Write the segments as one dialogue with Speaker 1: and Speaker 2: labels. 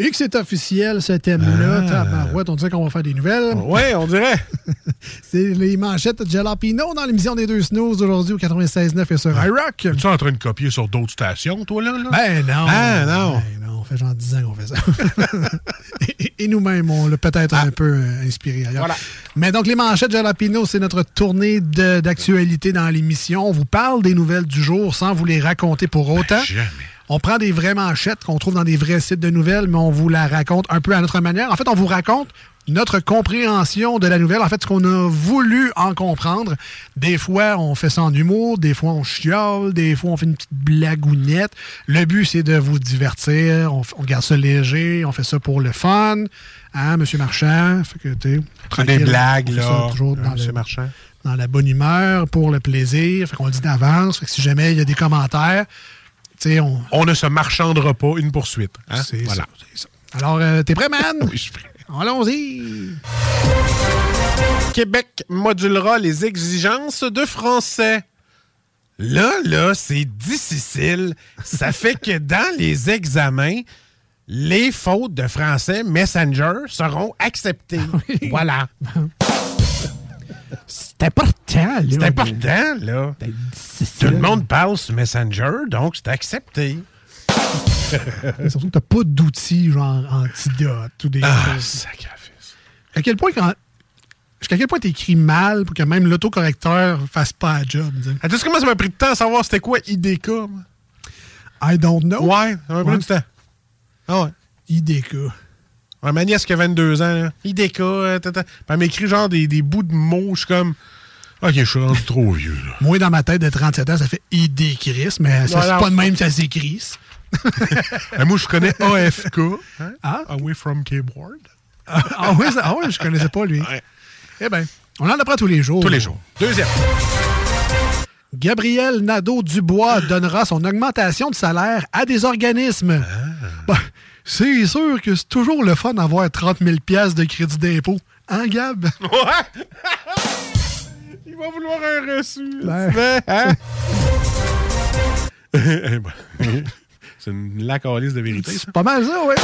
Speaker 1: Et que c'est officiel, ce thème-là,
Speaker 2: Ah.
Speaker 1: tabarouette, on dirait qu'on va faire des nouvelles.
Speaker 2: Ouais, on dirait.
Speaker 1: C'est les manchettes de Jalapino dans l'émission des deux snooze aujourd'hui au 96.9 et sur iRock.
Speaker 2: Tu es en train de copier sur d'autres stations, toi, là? là?
Speaker 1: Ben non.
Speaker 2: Ben non.
Speaker 1: Ben non, on fait genre 10 ans qu'on fait ça. et et nous-mêmes, on l'a peut-être un peu euh, inspiré ailleurs.
Speaker 2: Ah. Voilà.
Speaker 1: Mais donc, les manchettes Jalapino, c'est notre tournée de- d'actualité dans l'émission. On vous parle des nouvelles du jour sans vous les raconter pour autant.
Speaker 2: jamais.
Speaker 1: On prend des vraies manchettes qu'on trouve dans des vrais sites de nouvelles, mais on vous la raconte un peu à notre manière. En fait, on vous raconte notre compréhension de la nouvelle, en fait, ce qu'on a voulu en comprendre. Des fois, on fait ça en humour, des fois, on chiole, des fois, on fait une petite blagounette. Le but, c'est de vous divertir. On, f- on garde ça léger, on fait ça pour le fun. Hein, Monsieur Marchand? Fait que, tu sais,
Speaker 2: Fais des
Speaker 1: tranquille,
Speaker 2: blagues,
Speaker 1: on fait ça
Speaker 2: là.
Speaker 1: toujours dans
Speaker 2: Monsieur
Speaker 1: le-
Speaker 2: Marchand.
Speaker 1: dans la bonne humeur, pour le plaisir. Fait qu'on le dit d'avance. Fait que si jamais il y a des commentaires, tu sais, on.
Speaker 2: On ne se marchandera pas une poursuite. hein?
Speaker 1: c'est
Speaker 2: Voilà.
Speaker 1: ça, c'est ça. Alors, euh, t'es prêt, man?
Speaker 2: Oui, je suis prêt.
Speaker 1: Allons-y!
Speaker 2: Québec modulera les exigences de français. Là, là, c'est difficile. Ça fait que dans les examens, les fautes de français Messenger seront acceptées.
Speaker 1: Ah
Speaker 2: Voilà.
Speaker 1: C'est important, là.
Speaker 2: C'est important, là. Tout le monde parle sur Messenger, donc c'est accepté.
Speaker 1: euh, Surtout que t'as pas d'outils, genre antidote ou des
Speaker 2: Ah,
Speaker 1: choses.
Speaker 2: sacrifice.
Speaker 1: À quel point, quand. Jusqu'à quel point t'écris mal pour que même l'autocorrecteur fasse pas la job? tu sais?
Speaker 2: Ah, Tu sais comment ça m'a pris de temps à savoir c'était quoi IDK? moi?
Speaker 1: I don't know.
Speaker 2: Ouais, ça m'a pris
Speaker 1: Ouais.
Speaker 2: du temps. Ah ouais.
Speaker 1: IDK.
Speaker 2: Ouais, ma nièce qui a 22 ans, là. IDK, euh, tata. Puis elle m'écrit genre des, des bouts de mots, je suis comme. Ok, je suis rendu trop vieux, là.
Speaker 1: Moi, dans ma tête de 37 ans, ça fait IDKRIS, mais ça,
Speaker 2: Voilà.
Speaker 1: c'est pas de même, ça s'écrit.
Speaker 2: Ah, moi, je connais AFK, hein?
Speaker 1: Ah?
Speaker 2: Away from Keyboard.
Speaker 1: ah, oui, ça- ah oui, je connaissais pas lui.
Speaker 2: Ouais.
Speaker 1: Eh bien, on en apprend tous les jours.
Speaker 2: Tous les jours. Deuxième.
Speaker 1: Gabriel Nadeau-Dubois donnera son augmentation de salaire à des organismes.
Speaker 2: Ah.
Speaker 1: Ben, c'est sûr que c'est toujours le fun d'avoir 30 000 piastres de crédit d'impôt. Hein, Gab?
Speaker 2: Ouais! Il va vouloir un reçu.
Speaker 1: Ben,
Speaker 2: Ben, hein? Eh ben, C'est une lacalise de vérité, ça.
Speaker 1: C'est pas mal ça, ouais.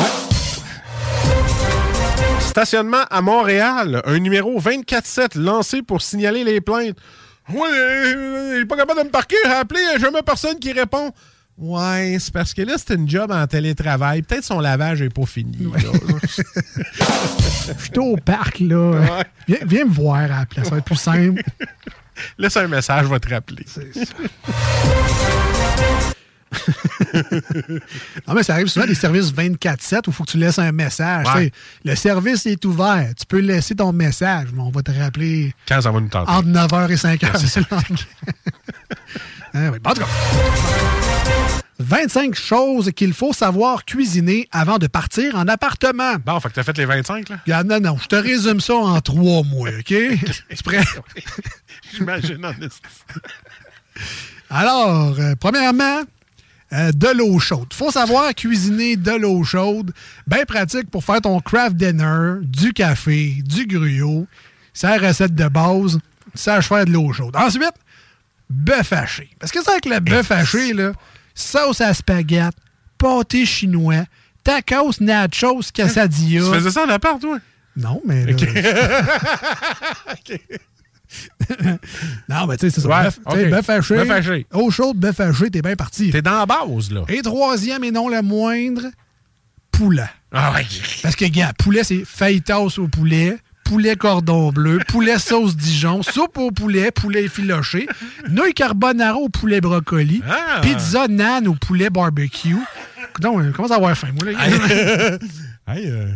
Speaker 2: Stationnement à Montréal, un numéro 24-7 lancé pour signaler les plaintes. Moi, euh, je suis pas capable de me parquer, j'ai appelé, il y a jamais personne qui répond. Ouais, c'est parce que là, c'est une job en télétravail. Peut-être son lavage est pas fini. là.
Speaker 1: Je suis au parc, là. Viens, viens me voir à la place, ça va être plus simple.
Speaker 2: Laisse un message, je vais te rappeler.
Speaker 1: non, mais ça arrive souvent des services 24-7 où il faut que tu laisses un message.
Speaker 2: Ouais.
Speaker 1: tu sais. Le service est ouvert. Tu peux laisser ton message, mais on va te rappeler
Speaker 2: Quand ça va nous tenter.
Speaker 1: entre 9h et 5h. Hein, oui. Bon, en tout cas. 25 choses qu'il faut savoir cuisiner avant de partir en appartement.
Speaker 2: Bon, fait que t'as fait les 25, là?
Speaker 1: Regarde, non, non, je te résume ça en trois mois, OK? Tu prêt?
Speaker 2: J'imagine, en esti.
Speaker 1: Alors, euh, premièrement, euh, de l'eau chaude. Faut savoir cuisiner de l'eau chaude. Bien pratique pour faire ton craft dinner, du café, du gruyot. C'est la recette de base. Sache faire de l'eau chaude. Ensuite, bœuf haché. Parce que c'est vrai que le bœuf haché, là, sauce à spaghette, pâté chinois, tacos, nachos, quesadilla.
Speaker 2: Tu faisais ça en appart, toi?
Speaker 1: Non, mais. là- non, mais tu sais, c'est ça.
Speaker 2: Ouais,
Speaker 1: Bœuf- tu sais,
Speaker 2: ok.
Speaker 1: bœuf haché.
Speaker 2: Bœuf haché.
Speaker 1: Eau chaude, bœuf haché, t'es bien parti.
Speaker 2: T'es dans la base, là.
Speaker 1: Et troisième et non le moindre, poulet.
Speaker 2: Ah ouais.
Speaker 1: Parce que, gars, poulet, c'est fajitas au poulet, poulet cordon bleu, poulet sauce Dijon, soupe au poulet, poulet effiloché, nouilles carbonara au poulet brocoli,
Speaker 2: Ah.
Speaker 1: pizza nan au poulet barbecue. Non, je commence à avoir faim, moi, là.
Speaker 2: Hey, euh,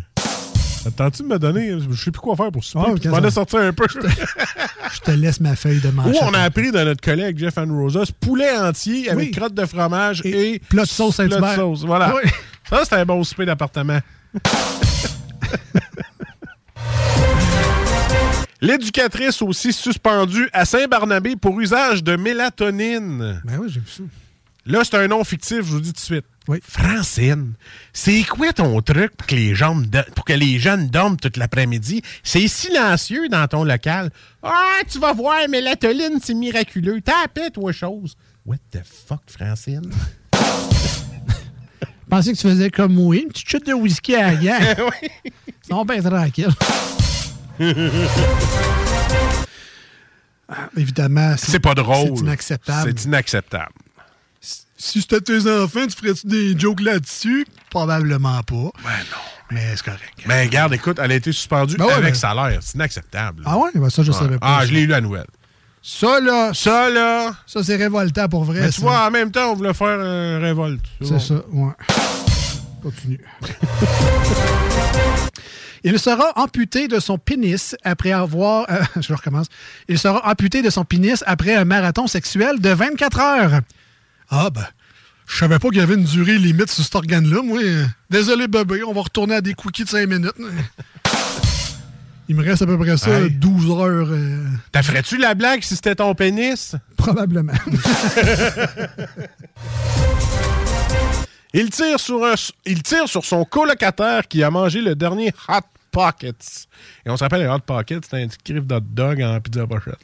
Speaker 2: attends-tu de me donner? euh, Je sais plus quoi faire pour ça.
Speaker 1: Ah, ok,
Speaker 2: Je m'en
Speaker 1: ça-
Speaker 2: ai sorti un peu.
Speaker 1: Je te laisse ma feuille de
Speaker 2: Où
Speaker 1: manchette.
Speaker 2: on a appris de notre collègue Jeff Rosas, poulet entier
Speaker 1: Oui.
Speaker 2: avec crotte de fromage
Speaker 1: Et
Speaker 2: et,
Speaker 1: plat de sauce Saint-Hubert.
Speaker 2: plat de sauce, Voilà.
Speaker 1: Oui.
Speaker 2: Ça, c'est un bon souper d'appartement. L'éducatrice aussi suspendue à Saint-Barnabé pour usage de mélatonine.
Speaker 1: Ben oui, j'ai vu ça.
Speaker 2: Là, c'est un nom fictif, je vous dis tout de suite.
Speaker 1: Oui.
Speaker 2: Francine, c'est quoi ton truc pour que les, gens do- pour que les jeunes dorment toute l'après-midi? C'est silencieux dans ton local. Ah, tu vas voir, mélatonine, c'est miraculeux. T'as paix, toi, chose. What the fuck, Francine?
Speaker 1: Je pensais que tu faisais comme oui, une petite chute de whisky à la gang. Ils sont bien tranquilles. Ah, Évidemment,
Speaker 2: C'est pas drôle.
Speaker 1: C'est inacceptable.
Speaker 2: C'est inacceptable.
Speaker 1: Si c'était tes enfants, tu ferais-tu des jokes là-dessus? Probablement pas. Mais c'est correct.
Speaker 2: Mais regarde, écoute, elle a été suspendue
Speaker 1: Ben ouais,
Speaker 2: avec
Speaker 1: mais-
Speaker 2: salaire. C'est inacceptable.
Speaker 1: Ah ouais? Ben ça, je savais pas.
Speaker 2: Ah, je l'ai lu à Noël.
Speaker 1: Ça, là, ça,
Speaker 2: Ça, là.
Speaker 1: ça, c'est révoltant pour vrai.
Speaker 2: Mais tu
Speaker 1: ça.
Speaker 2: vois, en même temps, on voulait faire une révolte.
Speaker 1: C'est ça, ouais. Continue. Il sera amputé de son pénis après avoir. euh, je recommence. Il sera amputé de son pénis après un marathon sexuel de 24 heures. Ah, ben. Je savais pas qu'il y avait une durée limite sur cet organe-là, moi. Désolé, bébé, on va retourner à des cookies de 5 minutes. Il me reste à peu près ça,
Speaker 2: Aïe.
Speaker 1: 12 heures, euh,
Speaker 2: T'as ferais-tu la blague si c'était ton pénis?
Speaker 1: probablement.
Speaker 2: Il tire, sur un- il tire sur son colocataire qui a mangé le dernier Hot Pockets. Et on se rappelle, les Hot Pockets, c'est un petit griffe d'hot dog en pizza pochette.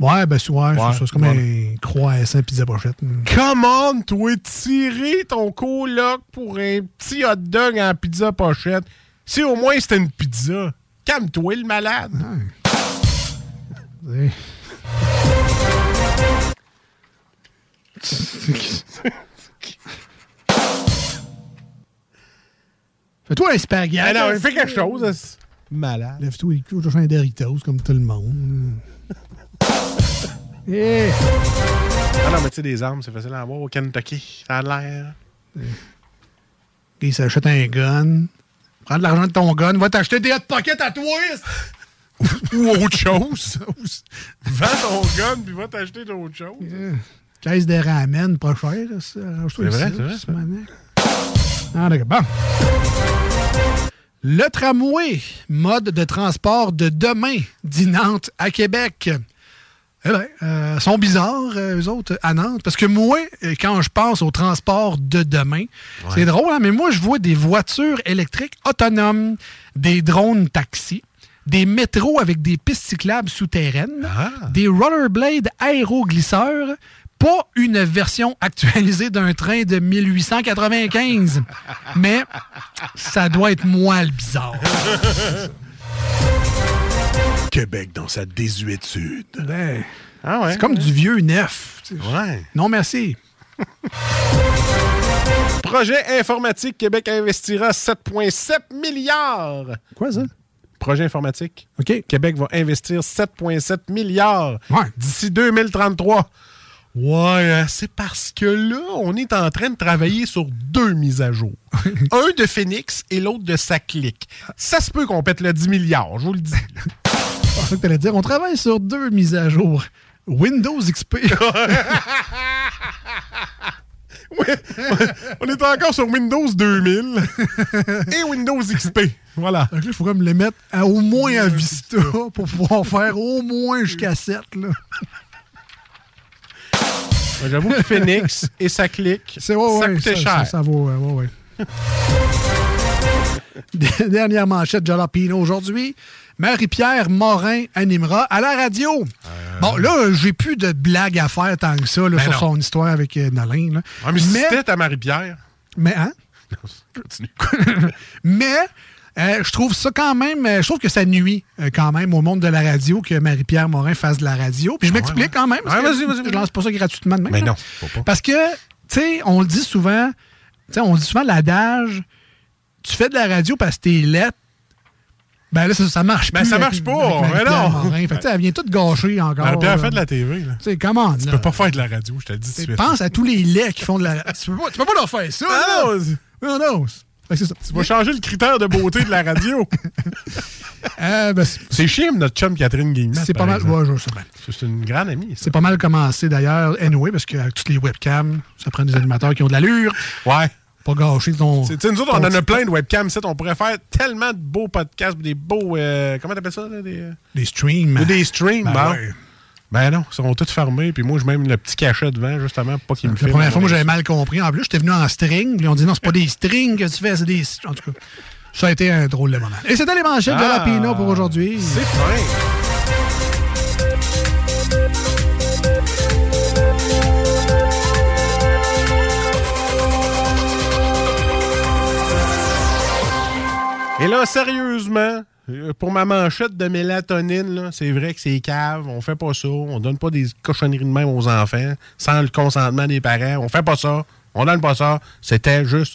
Speaker 1: ouais, ben, c'est- ouais, c'est
Speaker 2: Ouais,
Speaker 1: ça, c'est comme
Speaker 2: voilà.
Speaker 1: un croissant pizza pochette.
Speaker 2: Come on, toi, tirer ton coloc pour un petit hot dog en pizza pochette. Si au moins c'était une pizza, calme-toi, le malade.
Speaker 1: Hey. Fais-toi un spaghetti.
Speaker 2: Ah non, il fait quelque chose. hein. c'est- Malade.
Speaker 1: Lève-toi les culs, je fais un Doritos comme tout le monde. Eh,
Speaker 2: Ah non, mais tu sais, des armes, c'est facile à avoir au Kentucky. Ça a l'air.
Speaker 1: Il s'achète un gun. Prends de l'argent de ton gun, va t'acheter des hot pockets à toi.
Speaker 2: Ou autre chose. Vends ton gun puis va t'acheter d'autres choses.
Speaker 1: Euh, Caisse de ramen, pas cher. là, ça. Arrange-toi
Speaker 2: C'est
Speaker 1: avec
Speaker 2: vrai,
Speaker 1: ça,
Speaker 2: c'est vrai, ça.
Speaker 1: Simonac. Ah, d'accord. Bon. Le tramway, mode de transport de demain, dit Nantes à Québec. Eh bien, sont bizarres, euh, eux autres, à Nantes. Parce que moi, euh, quand je pense au transport de demain, c'est drôle, hein, mais moi, je vois des voitures électriques autonomes, des drones taxis, des métros avec des pistes cyclables souterraines,
Speaker 2: Ah.
Speaker 1: des rollerblades aéroglisseurs, pas une version actualisée d'un train de 1895, mais ça doit être moi le bizarre.
Speaker 2: Québec dans sa désuétude.
Speaker 1: Ben,
Speaker 2: Ah ouais?
Speaker 1: C'est comme du vieux neuf. tu sais.
Speaker 2: Ouais.
Speaker 1: Non, merci.
Speaker 2: Projet informatique, Québec investira 7,7 milliards.
Speaker 1: Quoi ça?
Speaker 2: Projet informatique.
Speaker 1: OK.
Speaker 2: Québec va investir 7,7 milliards
Speaker 1: Ouais.
Speaker 2: d'ici 2033. Ouais, euh, c'est parce que là, on est en train de travailler sur deux mises à jour. Un de Phoenix et l'autre de sa clique. Ça se peut qu'on pète le 10 milliards, je vous le dis.
Speaker 1: C'est ça que t'allais dire. On travaille sur deux mises à jour. Windows XP.
Speaker 2: Ouais, on est encore sur Windows 2000 et Windows XP. Voilà.
Speaker 1: Donc là, il faudrait me les mettre à- au moins à Vista pour pouvoir faire au moins jusqu'à 7. Là.
Speaker 2: Ouais, J'avoue que Phoenix et sa clique,
Speaker 1: C'est- ouais,
Speaker 2: ça
Speaker 1: ouais,
Speaker 2: coûtait
Speaker 1: Ça,
Speaker 2: cher.
Speaker 1: ça vaut, euh, ouais, ouais. Dernière manchette Jalapino aujourd'hui. Marie-Pierre Morin animera à la radio. Bon, là, j'ai plus de blagues à faire tant que ça là,
Speaker 2: Euh. Ben
Speaker 1: sur
Speaker 2: non.
Speaker 1: son histoire avec euh, Nolin. là.
Speaker 2: Ah, mais si c'était à Marie-Pierre.
Speaker 1: mais, hein?
Speaker 2: Continue.
Speaker 1: Mais euh, je trouve ça quand même, euh, je trouve que ça nuit euh, quand même au monde de la radio que Marie-Pierre Morin fasse de la radio. Puis je m'explique
Speaker 2: Ah ouais.
Speaker 1: quand même. parce
Speaker 2: Ouais,
Speaker 1: que
Speaker 2: vas-y, vas-y,
Speaker 1: Je
Speaker 2: vas-y.
Speaker 1: lance pas ça gratuitement de même.
Speaker 2: Mais
Speaker 1: là.
Speaker 2: non, faut pas.
Speaker 1: Parce que, tu sais, on le dit souvent, tu sais, on dit souvent l'adage, tu fais de la radio parce que t'es lettre. Ben là, ça, ça marche
Speaker 2: Ben,
Speaker 1: plus
Speaker 2: ça
Speaker 1: avec-
Speaker 2: marche pas,
Speaker 1: avec
Speaker 2: mais
Speaker 1: Marie-Pierre
Speaker 2: non.
Speaker 1: Morin. Fait que, tu sais, elle vient toute gâcher encore.
Speaker 2: Marie-Pierre
Speaker 1: là.
Speaker 2: fait de la TV. Là.
Speaker 1: Tu sais, comment,
Speaker 2: Tu peux pas faire de la radio, je te le dis tout de
Speaker 1: T'sais,
Speaker 2: suite.
Speaker 1: Pense à tous les laits qui font de la... tu, peux pas, tu peux pas leur faire ça,
Speaker 2: Ah
Speaker 1: là.
Speaker 2: non, c'est-
Speaker 1: Non, non. Fait que c'est ça.
Speaker 2: Tu vas changer le critère de beauté de la radio.
Speaker 1: Euh, ben, c'est-
Speaker 2: c'est chiant, notre chum Catherine Guillemet.
Speaker 1: c'est pas
Speaker 2: par
Speaker 1: mal.
Speaker 2: exemple.
Speaker 1: ouais, je sais bien.
Speaker 2: C'est une grande amie. ça.
Speaker 1: C'est pas mal commencé d'ailleurs, anyway, parce qu'avec toutes les webcams, ça prend des animateurs qui ont de l'allure.
Speaker 2: Ouais.
Speaker 1: Pas gâcher ton.
Speaker 2: Tu sais, nous autres, on
Speaker 1: ton
Speaker 2: en a
Speaker 1: petit-
Speaker 2: plein de webcams. c'est- On pourrait faire tellement de beaux podcasts, des beaux. euh, comment t'appelles ça? là, des, euh,
Speaker 1: Des streams.
Speaker 2: Ou des streams,
Speaker 1: Ben
Speaker 2: ben,
Speaker 1: ouais.
Speaker 2: ben non, ils seront tous fermés. Puis moi, je mets même le petit cachet devant, justement, pour pas qu'ils me
Speaker 1: La
Speaker 2: filment.
Speaker 1: première fois, moi, j'avais mal compris. En plus, j'étais venu en string. Puis on dit non, c'est pas des strings que tu fais, c'est des. En tout cas, ça a été un drôle de moment. Et c'était les manchettes de la
Speaker 2: Ah.
Speaker 1: Pina pour aujourd'hui.
Speaker 2: C'est fin. Et là, sérieusement, euh, pour ma manchette de mélatonine, là, c'est vrai que c'est cave, on fait pas ça, on donne pas des cochonneries de même aux enfants sans le consentement des parents, on fait pas ça, on donne pas ça, c'était juste